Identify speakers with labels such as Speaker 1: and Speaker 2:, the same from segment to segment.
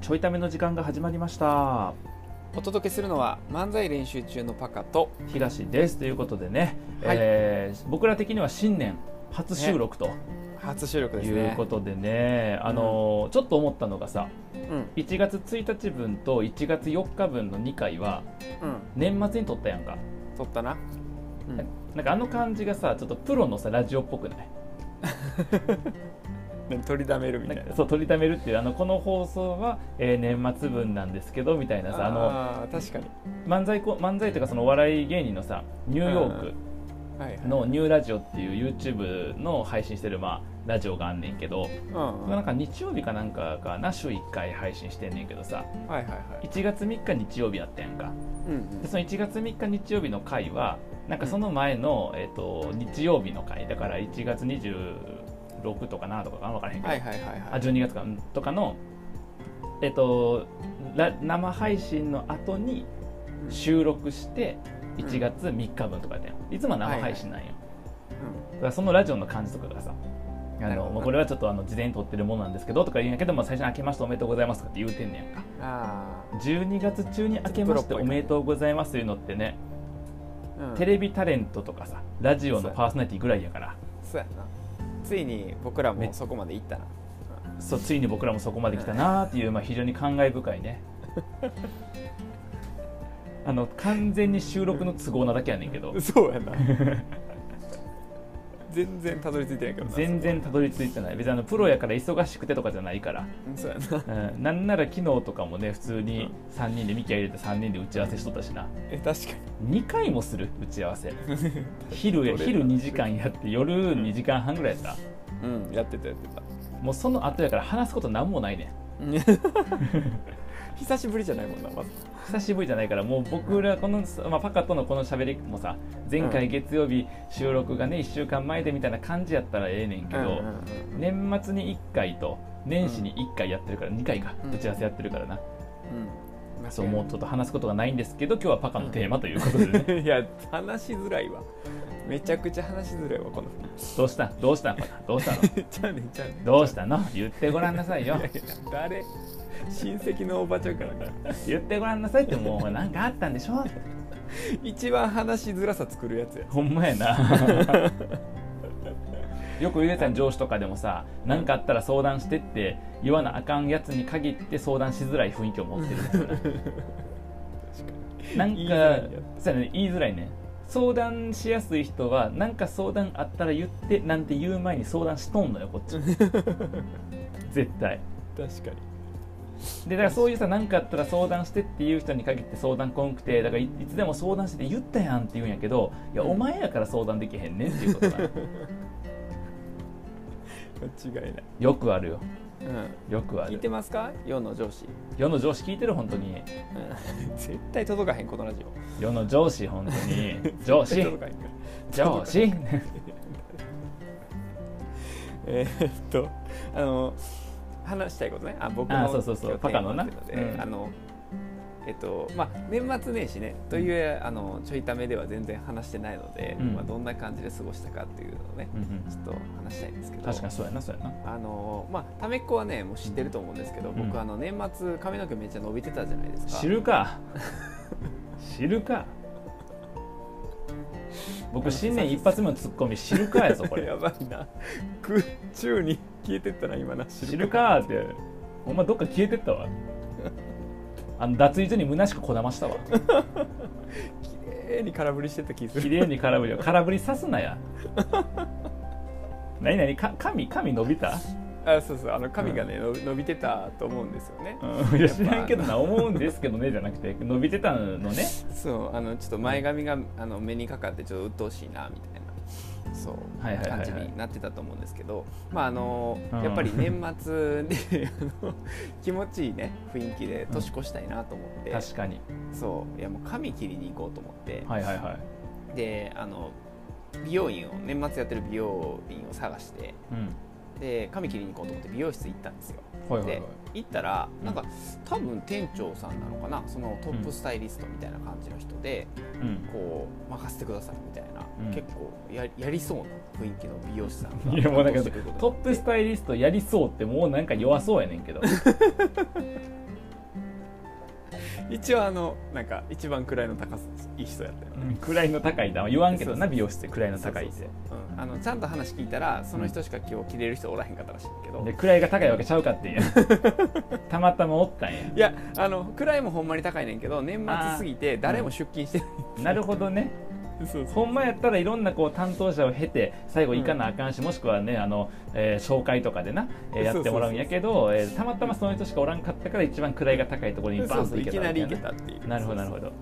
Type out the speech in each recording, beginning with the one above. Speaker 1: ちょいための時間が始まりました
Speaker 2: お届けするのは漫才練習中のパカと
Speaker 1: 東ですということでね、
Speaker 2: はい
Speaker 1: えー僕ら的には新年初収録と
Speaker 2: 初収録ですね。
Speaker 1: いうことでねあのーちょっと思ったのがさ
Speaker 2: うん
Speaker 1: 1月1日分と1月4日分の2回は
Speaker 2: うん
Speaker 1: 年末に撮ったやんか、
Speaker 2: 撮ったな。うん
Speaker 1: なんかあの感じがさちょっとプロのさラジオっぽくない
Speaker 2: 何取りだめるみた
Speaker 1: ないん
Speaker 2: な。
Speaker 1: かそう撮りためるっていうあのこの放送は、えー年末分なんですけどみたいなさあの
Speaker 2: あー確かに。
Speaker 1: 漫才こ漫才というかそのお笑い芸人のさニューヨーク
Speaker 2: はいはい。
Speaker 1: のニューラジオっていう YouTube の配信してる、まあ、ラジオがあんねんけど、
Speaker 2: うんうん
Speaker 1: なんか日曜日かなんかかな週1回配信してんねんけどさ
Speaker 2: はいはいはい。
Speaker 1: 1月3日日曜日やったやんか
Speaker 2: うん
Speaker 1: でその1月3日日曜日の回はなんかその前の、えっと日曜日の回だから1月26とかなとかか分からへん
Speaker 2: うん
Speaker 1: けど、
Speaker 2: はいはいはい
Speaker 1: あ
Speaker 2: はい。
Speaker 1: 12月かうんとかの、えっとら生配信の後に
Speaker 2: うん
Speaker 1: 収録して
Speaker 2: うん
Speaker 1: 1月3日分とかやったんよいつもは生配信なんよ、
Speaker 2: うん
Speaker 1: だからそのラジオの感じとかがさあ
Speaker 2: なる
Speaker 1: の
Speaker 2: ほど
Speaker 1: まあこれはちょっとあの事前に撮ってるものなんですけどとか言うんやけど、まあ、最初に「明けましておめでとうございます」とかって言うてんねやんか
Speaker 2: あ
Speaker 1: 12月中に「明けましておめでとうございます」というのってね
Speaker 2: ーうん
Speaker 1: テレビタレントとかさラジオのパーソナリティぐらいやから
Speaker 2: そうやな。ついに僕らもそこまで行ったな。
Speaker 1: そうついに僕らもそこまで来たなっていう、まあ、非常に感慨深い ねあの完全に収録の都合なだけやねんけど
Speaker 2: そうやな。 全然たどり着いてないけどな。
Speaker 1: 全然たどり着いてない別にあのプロやから忙しくてとかじゃないから
Speaker 2: うん。そうやな。
Speaker 1: う んなんなら昨日とかもね普通に3人でミキア入れて3人で打ち合わせしとったしな
Speaker 2: え確か
Speaker 1: 2回もする打ち合わせ昼や
Speaker 2: どれ
Speaker 1: 昼2時間やって夜2時間半ぐらいやっ
Speaker 2: に。 うんやってたやってた。
Speaker 1: たもうその後やから話すことなんもないねん
Speaker 2: 久しぶりじゃないもんなまず
Speaker 1: 久しぶりじゃないからもう僕らこの、まあ、パカとのこの喋りもさ前回月曜日収録がね1週間前でみたいな感じやったらええねんけど、年末に1回と年始に1回やってるから2回か
Speaker 2: うん
Speaker 1: 打ち合わせやってるからな、
Speaker 2: うん
Speaker 1: そうもうちょっと話すことがないんですけど今日はパカのテーマということでね、
Speaker 2: いや話しづらいわめちゃくちゃ話しづらいわこの
Speaker 1: どうしたどうしたどうしたの
Speaker 2: ちゃうねんちゃうねん
Speaker 1: どうしたの言ってごらんなさいよ
Speaker 2: いやいや誰親戚のおばちゃんからな
Speaker 1: 言ってごらんなさいってもうなんかあったんでしょ
Speaker 2: 一番話しづらさ作るやつや
Speaker 1: ほんまや なよくゆでちゃん上司とかでもさ何かあったら相談してって言わなあかんやつに限って相談しづらい雰囲気を持 ってるやつやななん
Speaker 2: 言いづら
Speaker 1: か
Speaker 2: いや
Speaker 1: そうやね言いづらいね相談しやすい人は何か相談あったら言ってなんて言う前に相談しとんのよこっち絶対
Speaker 2: 確かに
Speaker 1: でだからそういうさ何かあったら相談してっていう人に限って相談こんくてだからいいつでも相談してて言ったやんって言うんやけどいやお前やから相談できへんねんっていうこと だ
Speaker 2: 間違いない、
Speaker 1: よくあるよ
Speaker 2: うん、
Speaker 1: よくあ
Speaker 2: 聞い
Speaker 1: る
Speaker 2: てますか世の上司、
Speaker 1: 世の上司聞いてる本当に
Speaker 2: うん、絶対届かへんこのラジオ
Speaker 1: 世の上司本当に 上司
Speaker 2: 届かへんから
Speaker 1: 上司
Speaker 2: えーっとあの話したいことねあ僕の
Speaker 1: あそうそうそう
Speaker 2: 今日テー
Speaker 1: パ
Speaker 2: マ
Speaker 1: カのな
Speaker 2: っていうので
Speaker 1: うん
Speaker 2: あのえっとまあ年末年始ねというあのちょいためでは全然話してないので、
Speaker 1: うん
Speaker 2: まあ、どんな感じで過ごしたかっていうのをね
Speaker 1: うんうん
Speaker 2: ちょっと話したいんですけど
Speaker 1: 確かにそうやなそうやな
Speaker 2: あのまあためっこはねもう知ってると思うんですけど、
Speaker 1: うん
Speaker 2: 僕あの年末髪の毛めっちゃ伸びてたじゃないですか
Speaker 1: 知るか知るか僕新年一発目のツッコミ知るかやぞこ
Speaker 2: これ
Speaker 1: れ
Speaker 2: やばいな空中に消えてったな今な知
Speaker 1: 知るかーってお前どっか消えてったわあの脱衣所に虚しくこだましたわ
Speaker 2: 綺麗に空振りしてた気す
Speaker 1: 綺
Speaker 2: る
Speaker 1: 麗に空振りを空振りさすなや何何か髪髪伸びた、
Speaker 2: あそうそうあの髪がね、の伸びてたと思うんですよね、
Speaker 1: うん、いや知らんけどな思うんですけどねじゃなくて伸びてたのね
Speaker 2: そうあのちょっと前髪が、あの目にかかってちょっと鬱陶しいなみたいなそう、
Speaker 1: はいはいはいはい
Speaker 2: 感じになってたと思うんですけどまああの、
Speaker 1: うん
Speaker 2: やっぱり年末であの気持ちいいね雰囲気で年越したいなと思って、
Speaker 1: 確かに
Speaker 2: そういやもう髪切りに行こうと思って、
Speaker 1: はいはいはい
Speaker 2: であの美容院を年末やってる美容院を探して
Speaker 1: うん
Speaker 2: で髪切りに行こうと思って美容室行ったんですよ
Speaker 1: はいはいは
Speaker 2: で
Speaker 1: い
Speaker 2: 行ったら
Speaker 1: うん
Speaker 2: なんか多分店長さんなのかなそのトップスタイリストみたいな感じの人で
Speaker 1: うん
Speaker 2: こう任せてくださいみたいな、
Speaker 1: うん
Speaker 2: 結構ややりそうな雰囲気の美容師さんが
Speaker 1: いやもうなんか
Speaker 2: 担当してくれること
Speaker 1: トップスタイリストやりそうってもうなんか弱そうやねんけど
Speaker 2: 一応あのなんか一番位の高すいい人やったよ、
Speaker 1: うん位の高いだ言わんけどな美容室で位の高いって
Speaker 2: うん、あのちゃんと話聞いたらその人しか今日着れる人おらへんかったらしいけど、
Speaker 1: で位が高いわけちゃうかってんやたまたまおったんや
Speaker 2: いやあの位もほんまに高いねんけど年末過ぎて誰も出勤してない、
Speaker 1: なるほどね
Speaker 2: そう
Speaker 1: ほんまやったらいろんなこう担当者を経て最後行かなあかんし、もしくはねあの、えー紹介とかでな、えーやってもらうんやけどえーたまたまその人しかおらんかったから一番位が高いところにバンと
Speaker 2: い
Speaker 1: 行け
Speaker 2: き
Speaker 1: た
Speaker 2: な
Speaker 1: わ
Speaker 2: り
Speaker 1: け
Speaker 2: 行
Speaker 1: や
Speaker 2: けたっていう
Speaker 1: なるほどなるほ
Speaker 2: ど
Speaker 1: ど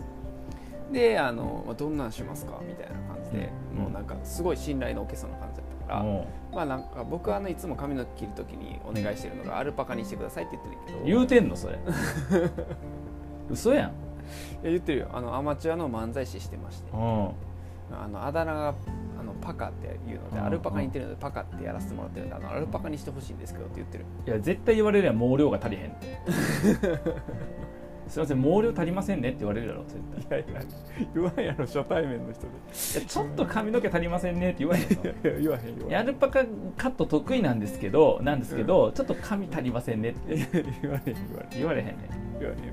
Speaker 2: であのまあどんなんしますかみたいな感じで、
Speaker 1: うん
Speaker 2: もうなんかすごい信頼のおけそうな感じだったから、
Speaker 1: も
Speaker 2: まあなんか僕はあのいつも髪の毛切るときにお願いしてるのがアルパカにしてくださいって言ってる
Speaker 1: う
Speaker 2: けど
Speaker 1: 言うてんの それ嘘やん
Speaker 2: いや言ってるよあのアマチュアの漫才師してまして
Speaker 1: うん
Speaker 2: あのあだ名があのパカっていうので
Speaker 1: うん
Speaker 2: アルパカに似てるのでパカってやらせてもらってるんであのアルパカにしてほしいんですけどって言ってる
Speaker 1: いや絶対言われるやん毛量が足りへんって すいません毛量足りませんねって言われるだろ絶対
Speaker 2: いやいや言わんやろ初対面の人
Speaker 1: いやちょっと髪の毛足りませんねって言わへんの
Speaker 2: でいや言わへん言
Speaker 1: いやアルパカカット得意なんですけどなんですけど、ちょっと髪足りませんねって
Speaker 2: 言わへん言わ
Speaker 1: 言われへん ね
Speaker 2: へん言わへん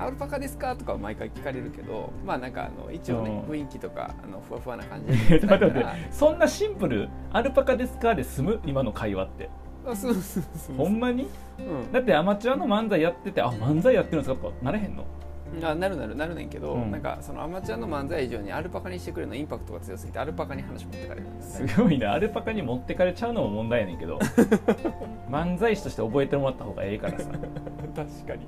Speaker 2: アルパカですかとかは毎回聞かれるけどまあなんかあの一応ね
Speaker 1: うん
Speaker 2: 雰囲気とかあのふわふわな感じ
Speaker 1: いや
Speaker 2: で
Speaker 1: ちょっ と待って待ってそんなシンプル「アルパカですか?」で済む今の会話って
Speaker 2: あそうそうそう
Speaker 1: ほんまに
Speaker 2: う
Speaker 1: だってアマチュアの漫才やっててあ漫才やってるんですかとかなれへんの
Speaker 2: んあなるなるなるねんけど、
Speaker 1: うん
Speaker 2: なんかそのアマチュアの漫才以上にアルパカにしてくれるのインパクトが強すぎてアルパカに話持ってかれるんです
Speaker 1: す
Speaker 2: ね
Speaker 1: ごいなアルパカに持ってかれちゃうのも問題やねんけど漫才師として覚えてもらった方がええからさ
Speaker 2: 確かに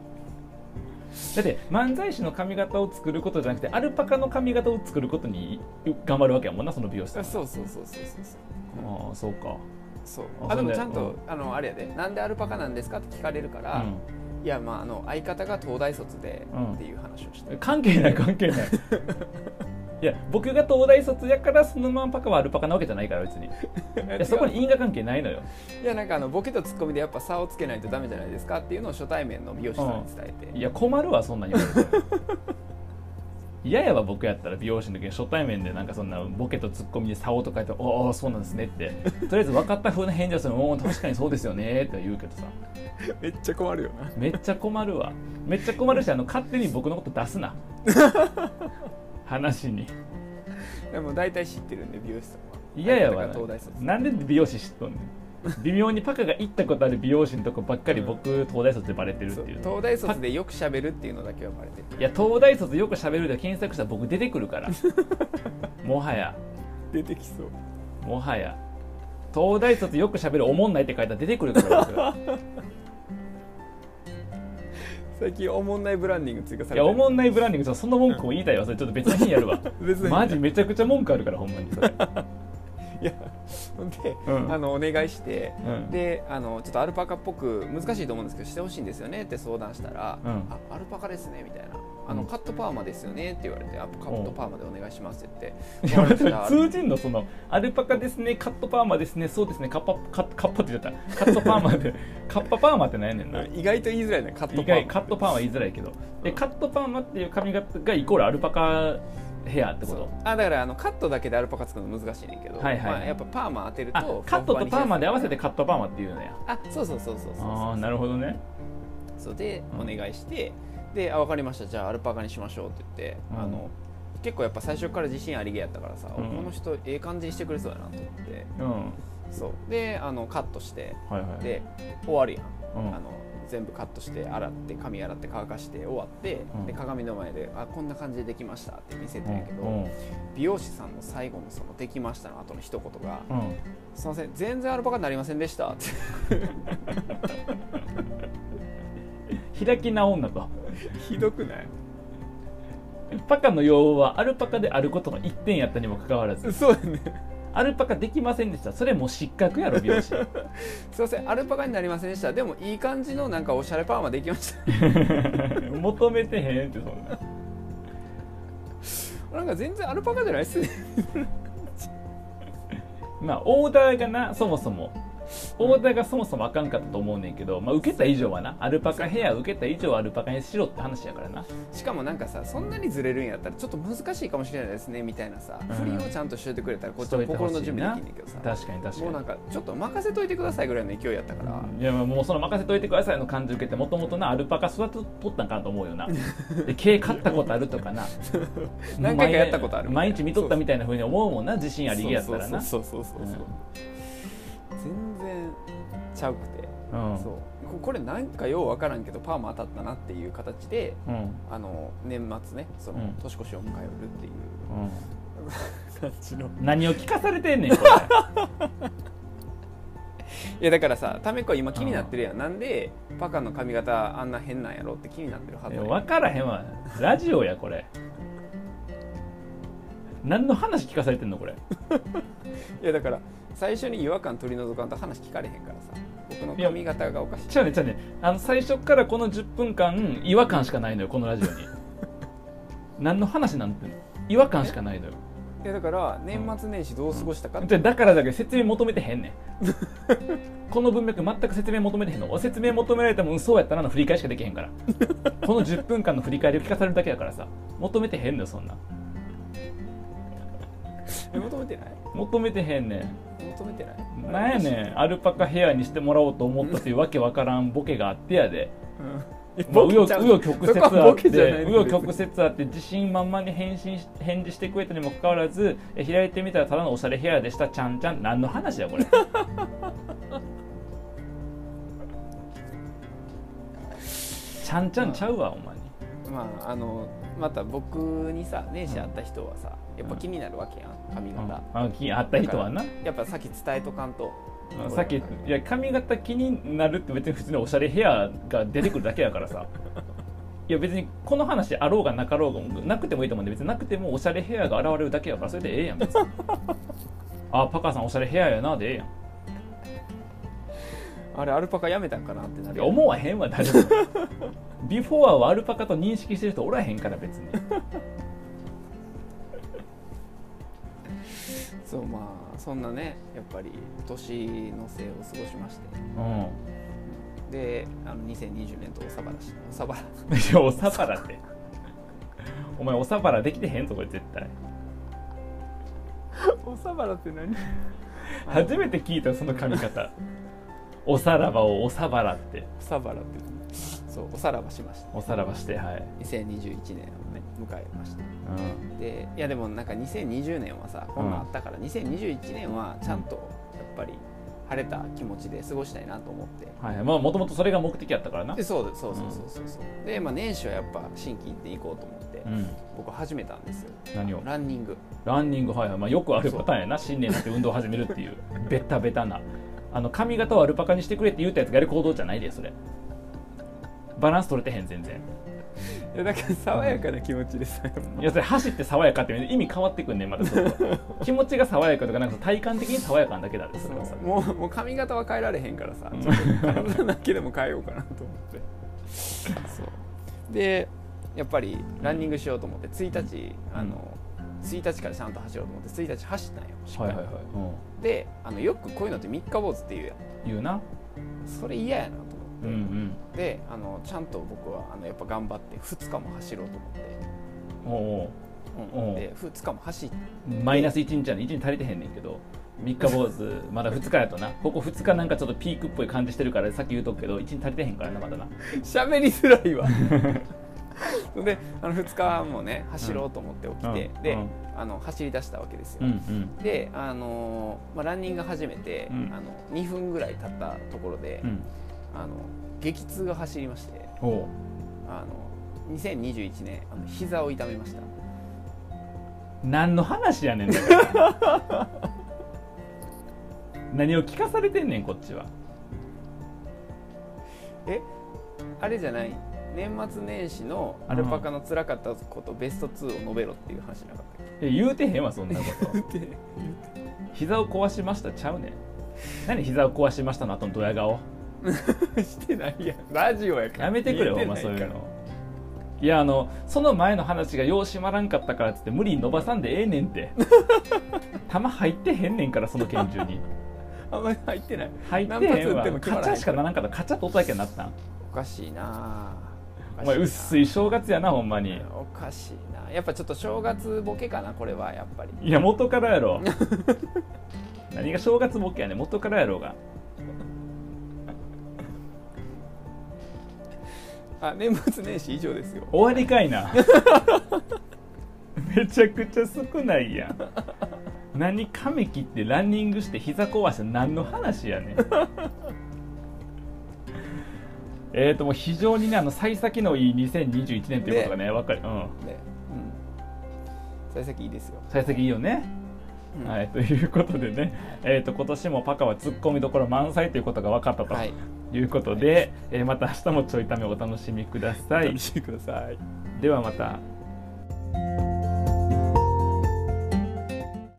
Speaker 1: だって漫才師の髪型を作ることじゃなくてアルパカの髪型を作ることに頑張るわけやもんなその美容師さん
Speaker 2: あ
Speaker 1: は
Speaker 2: そうそうそうそうそうそう
Speaker 1: ああそうか
Speaker 2: そう
Speaker 1: あ
Speaker 2: あで
Speaker 1: そん
Speaker 2: も
Speaker 1: で
Speaker 2: ちゃんと、あのあれやでなんでアルパカなんですかって聞かれるから、いやまああの相方が東大卒で、
Speaker 1: うん
Speaker 2: っていう話をして
Speaker 1: うん、関係ない関係ないいや僕が東大卒やからそのままパカはアルパカなわけじゃないから別にいやそこに因果関係ないのよ
Speaker 2: いやなんかあのボケとツッコミでやっぱ差をつけないとダメじゃないですかっていうのを初対面の美容師さんに伝えて、
Speaker 1: いや困るわそんなに言われたら嫌やわ僕やったら美容師の時に初対面でなんかそんなボケとツッコミで「竿」とか言って「ああそうなんですね」ってとりあえず分かった風な返事をするの「おー確かにそうですよね」って言うけどさ
Speaker 2: めっちゃ困るよな
Speaker 1: めっちゃ困るわめっちゃ困るしあの勝手に僕のこと出す な話に
Speaker 2: でも大体知ってるんで美容師さんは
Speaker 1: 嫌やわ
Speaker 2: 相方が東大卒
Speaker 1: なんで美容師知っとんねん微妙にパカが行ったことある美容師のとこばっかり僕東大卒でバレてるっ
Speaker 2: そ
Speaker 1: て
Speaker 2: う
Speaker 1: いう
Speaker 2: 東大卒でよく喋るっていうのだけはバレてる
Speaker 1: いや東大卒よく喋るで検索したら僕出てくるから もはや
Speaker 2: 出てきそう
Speaker 1: もはや東大卒よく喋るおもんないって書いたら出てくるから僕 が
Speaker 2: 最近おもんないブランディング追加さ
Speaker 1: いや
Speaker 2: れて
Speaker 1: お
Speaker 2: る
Speaker 1: もんないブランディングその文句を言いたいわそれちょっと別の日にやるわ
Speaker 2: 別に
Speaker 1: マジめちゃくちゃ文句あるからほんまにそれ、
Speaker 2: いやほんで、
Speaker 1: うん
Speaker 2: あのお願いして、
Speaker 1: うん
Speaker 2: であのちょっとアルパカっぽく難しいと思うんですけどしてほしいんですよねって相談したら「
Speaker 1: うん
Speaker 2: あアルパカですね」みたいな。あ
Speaker 1: う
Speaker 2: の
Speaker 1: ん
Speaker 2: カットパーマですよねって言われて「あカットパーマでお願いします」って言っ
Speaker 1: い
Speaker 2: て
Speaker 1: や
Speaker 2: わ
Speaker 1: 俺
Speaker 2: かりま
Speaker 1: そ
Speaker 2: し
Speaker 1: れ
Speaker 2: た
Speaker 1: 通じんのそのアルパカですねカットパーマですねそうですねカッパカッカッパって言っちゃったカットパーマでカッパパーマってなんやねんな
Speaker 2: 意外と言いづらいねカット
Speaker 1: 意
Speaker 2: パーマ
Speaker 1: 外カットパーマは言いづらいけどでカットパーマっていう髪型がイコールアルパカヘアってこ
Speaker 2: そう
Speaker 1: と
Speaker 2: あだからあのカットだけでアルパカ作るの難しいねんけど、
Speaker 1: はいはい
Speaker 2: まあ、やっぱパーマ当てる
Speaker 1: あ
Speaker 2: と
Speaker 1: カットとパーマで合わせて
Speaker 2: ふ
Speaker 1: カットパーマっていうのや
Speaker 2: わふわにしやすいあそうそうそうそうそう
Speaker 1: ああなるほどね
Speaker 2: そうで
Speaker 1: うん
Speaker 2: お願いして、であ分かりましたじゃあアルパカにしましょうって言って、
Speaker 1: うん
Speaker 2: あの結構やっぱ最初から自信ありげやったからさ、
Speaker 1: うん
Speaker 2: この人ええ感じにしてくれそうやなと思って
Speaker 1: うん
Speaker 2: そうであのカットして
Speaker 1: はいはい
Speaker 2: で終わるやん、
Speaker 1: うん
Speaker 2: あの全部カットして洗って髪洗って乾かして終わって、
Speaker 1: うん
Speaker 2: で鏡の前であこんな感じでできましたって見せてるけど、
Speaker 1: うんうん
Speaker 2: 美容師さんの最後のその「できました」の後の一言が
Speaker 1: うん
Speaker 2: 「すいません全然アルパカになりませんでした」 って
Speaker 1: 開き直んなと
Speaker 2: ひどくない
Speaker 1: パカの用語はアルパカであることの一点やったにもかかわらず
Speaker 2: そうやね
Speaker 1: アルパカできませんでしたそれもう失格やろ美容 師
Speaker 2: すいませんアルパカになりませんでしたでもいい感じのなんかおしゃれパーマできました
Speaker 1: 求めてへんってそんな
Speaker 2: なんか全然アルパカじゃないっすね
Speaker 1: まあオーダーがなそもそも太田がそもそもあかんかったと思うねんけど、まあ、受けた以上はなアルパカヘア受けた以上はアルパカにしろって話やからな
Speaker 2: しかもなんかさそんなにずれるんやったらちょっと難しいかもしれないですねみたいなさ、
Speaker 1: うん
Speaker 2: 振りをちゃんとしといてくれたらこっちも
Speaker 1: しといてほ
Speaker 2: 心
Speaker 1: しいな
Speaker 2: の準備できんねんけどさ
Speaker 1: 確かに確か
Speaker 2: もう
Speaker 1: に
Speaker 2: なんかちょっと任せといてくださいぐらいの勢いやったから、
Speaker 1: いやまあもうその任せといてくださいの感じ受けてもともとなアルパカ育てとったんかなと思う よなで毛買ったことあるとかな
Speaker 2: 何回かやったことある
Speaker 1: 毎日見とったみたいなふうに思うもんな自信ありげやったらな
Speaker 2: そうそうそうそうそう、全然ちゃうくて、
Speaker 1: うん
Speaker 2: そうここれなんかようわからんけどパーマ当たったなっていう形で
Speaker 1: うん
Speaker 2: あの年末ねその、
Speaker 1: うん
Speaker 2: 年越しを迎えるっていう
Speaker 1: うん
Speaker 2: 感じの
Speaker 1: 何を聞かされてんねんこれ
Speaker 2: いやだからさタメ子は今気になってるやんなんでパカの髪型あんな変なんやろって気になってるはず
Speaker 1: い
Speaker 2: や
Speaker 1: や
Speaker 2: ん
Speaker 1: 分からへんわラジオやこれ何の話聞かされてんのこれ
Speaker 2: いやだから最初に違和感取り除かんと話聞かれへんからさ僕の髪型がおかしい
Speaker 1: 違うね違うねあの最初からこの10分間違和感しかないのよこのラジオに 何の話なんて違和感しかないのよ
Speaker 2: いやだから年末年始どう過ごしたかって、
Speaker 1: じゃあだからだけど説明求めてへんねんこの文脈全く説明求めてへんのお説明求められてもそうやったなの振り返りしかできへんからこの10分間の振り返りを聞かされるだけだからさ求めてへんのよそんな
Speaker 2: え求めてない
Speaker 1: 求めてへんね
Speaker 2: 求めてない
Speaker 1: んなんやねんアルパカヘアにしてもらおうと思ったというわけわからんボケがあってやで
Speaker 2: うん
Speaker 1: まあ
Speaker 2: ボ
Speaker 1: 紆余
Speaker 2: ケちゃう
Speaker 1: 紆余曲折
Speaker 2: そこは
Speaker 1: あ
Speaker 2: ボ
Speaker 1: っ
Speaker 2: ケ
Speaker 1: て
Speaker 2: じゃないんだけど
Speaker 1: 紆余曲折あって自信満々に返信し返事してくれたにもかかわらずえ開いてみたらただのおしゃれヘアでしたちゃんちゃん何の話やこ れちゃんちゃんちゃうわお前に
Speaker 2: まああのまた僕にさ年始会った人はさやっぱ気になるわけやん髪型、
Speaker 1: あきあった人はな
Speaker 2: やっぱさっき伝えとかんと
Speaker 1: うんさっきいや髪型気になるって別に普通のおしゃれヘアが出てくるだけやからさいや別にこの話あろうがなかろうがなくてもいいと思うんで別になくてもおしゃれヘアが現れるだけやからそれでええやん別にあパカさんおしゃれヘアやなでええやん
Speaker 2: あれアルパカやめたんかなってないる
Speaker 1: や思わへんわ誰もビフォアはアルパカと認識してる人おらへんから別に
Speaker 2: そうまあそんなねやっぱり年のせいを過ごしまして
Speaker 1: うん
Speaker 2: であの2020年とおさばらしおさばら
Speaker 1: いやおさばらってお前おさばらできてへんぞこれ絶対
Speaker 2: おさばらって何
Speaker 1: 初めて聞いたその髪型おさらばをおさばらって
Speaker 2: おさばらって何そうおさらばしました
Speaker 1: おさらばしてはい、
Speaker 2: 2021年をね迎えましたでいやでもなんか2020年はさこんなんあったから、2021年はちゃんとやっぱり晴れた気持ちで過ごしたいなと思って
Speaker 1: はいまあもともとそれが目的やったからな
Speaker 2: でそうそうそうそうそうそうで、まあ、年始はやっぱ心機一転行こうと思って、
Speaker 1: うん
Speaker 2: 僕始めたんですよ
Speaker 1: 何を
Speaker 2: ランニング
Speaker 1: ランニングはいはい、まあ、よくあるパターンやな新年になって運動を始めるっていうベタベタなあの髪型をアルパカにしてくれって言ったやつがやる行動じゃないでそれバランス取れてへん全然
Speaker 2: いやだから爽やかな気持ちでさ、
Speaker 1: いやそれ走って爽やかって意味変わってくんねんまたそこ 気持ちが爽やかとかなんか体感的に爽やかなだけだってそれはさ
Speaker 2: そうもうもう髪型は変えられへんからさ
Speaker 1: うん
Speaker 2: ちょっと体だけでも変えようかなと思ってそうでやっぱりランニングしようと思って1日、
Speaker 1: うん
Speaker 2: あの1日からちゃんと走ろうと思って1日走ったんよしっか
Speaker 1: はい
Speaker 2: り
Speaker 1: はいはい、
Speaker 2: であのよくこういうのって三日坊主っていうや
Speaker 1: う
Speaker 2: ん
Speaker 1: ん、言うな
Speaker 2: それ嫌やなと思
Speaker 1: うんうん
Speaker 2: ってであのちゃんと僕はあのやっぱ頑張って2日も走ろうと思って、
Speaker 1: おう
Speaker 2: うん
Speaker 1: おう
Speaker 2: で2日も走って
Speaker 1: おうマイナス1日やね1日足りてへんねんけど3日坊主まだ2日やとなここ2日なんかちょっとピークっぽい感じしてるからさっき言うとくけど1日足りてへんからなまだな
Speaker 2: 喋りづらいわ であの2日もね走ろうと思って起きて、
Speaker 1: うん
Speaker 2: で、
Speaker 1: うん
Speaker 2: あの走り出したわけですよ、
Speaker 1: うんうん
Speaker 2: で、あのーまあ、ランニング始めて、
Speaker 1: うん
Speaker 2: あの2分ぐらい経ったところで、
Speaker 1: うん
Speaker 2: あの激痛が走りまして
Speaker 1: おう
Speaker 2: あの2021年あの膝を痛めました
Speaker 1: 何の話やねんだから 何を聞かされてんねんこっちは
Speaker 2: えあれじゃない年末年始のアルパカの辛かったことベスト2を述べろっていう話なかったっ
Speaker 1: いや 言うてへんわそんなこと
Speaker 2: け、
Speaker 1: 膝を壊しましたちゃうねん何膝を壊しましたの後のドヤ顔
Speaker 2: してないやんラジオやから
Speaker 1: やめてくれよお
Speaker 2: 言え
Speaker 1: 前
Speaker 2: ない
Speaker 1: そうい
Speaker 2: から
Speaker 1: うのいやあのその前の話がよう締まらんかったからっつ って無理に伸ばさんでええねんって弾入ってへんねんからその拳銃に
Speaker 2: あんまり入ってない
Speaker 1: 入ってへん
Speaker 2: 何発打っ
Speaker 1: わ
Speaker 2: ても決
Speaker 1: カ
Speaker 2: まら
Speaker 1: チ
Speaker 2: へん
Speaker 1: ャしかならんかったカチャと音だけな ったん
Speaker 2: おかしいなあ
Speaker 1: お前薄い正月やなほんまに
Speaker 2: おかしいなやっぱちょっと正月ボケかなこれはやっぱり
Speaker 1: いや元からやろ 何が正月ボケやねん元からやろうが
Speaker 2: あ年末年始以上ですよ
Speaker 1: 終わりかいな めちゃくちゃ少ないやん何髪切ってランニングして膝壊して何の話やねん えーともう非常にねあの幸先のいい2021年ということがねわかる、うん、
Speaker 2: ねうん幸先いいですよ、
Speaker 1: 幸先いいよね、
Speaker 2: うん
Speaker 1: はい、ということでね、えー、と今年もパカはツッコミどころ満載ということが分かったと
Speaker 2: はい
Speaker 1: いうことで、えーまた明日もちょいためお楽しみください
Speaker 2: 楽しみください
Speaker 1: ではまた。
Speaker 2: 「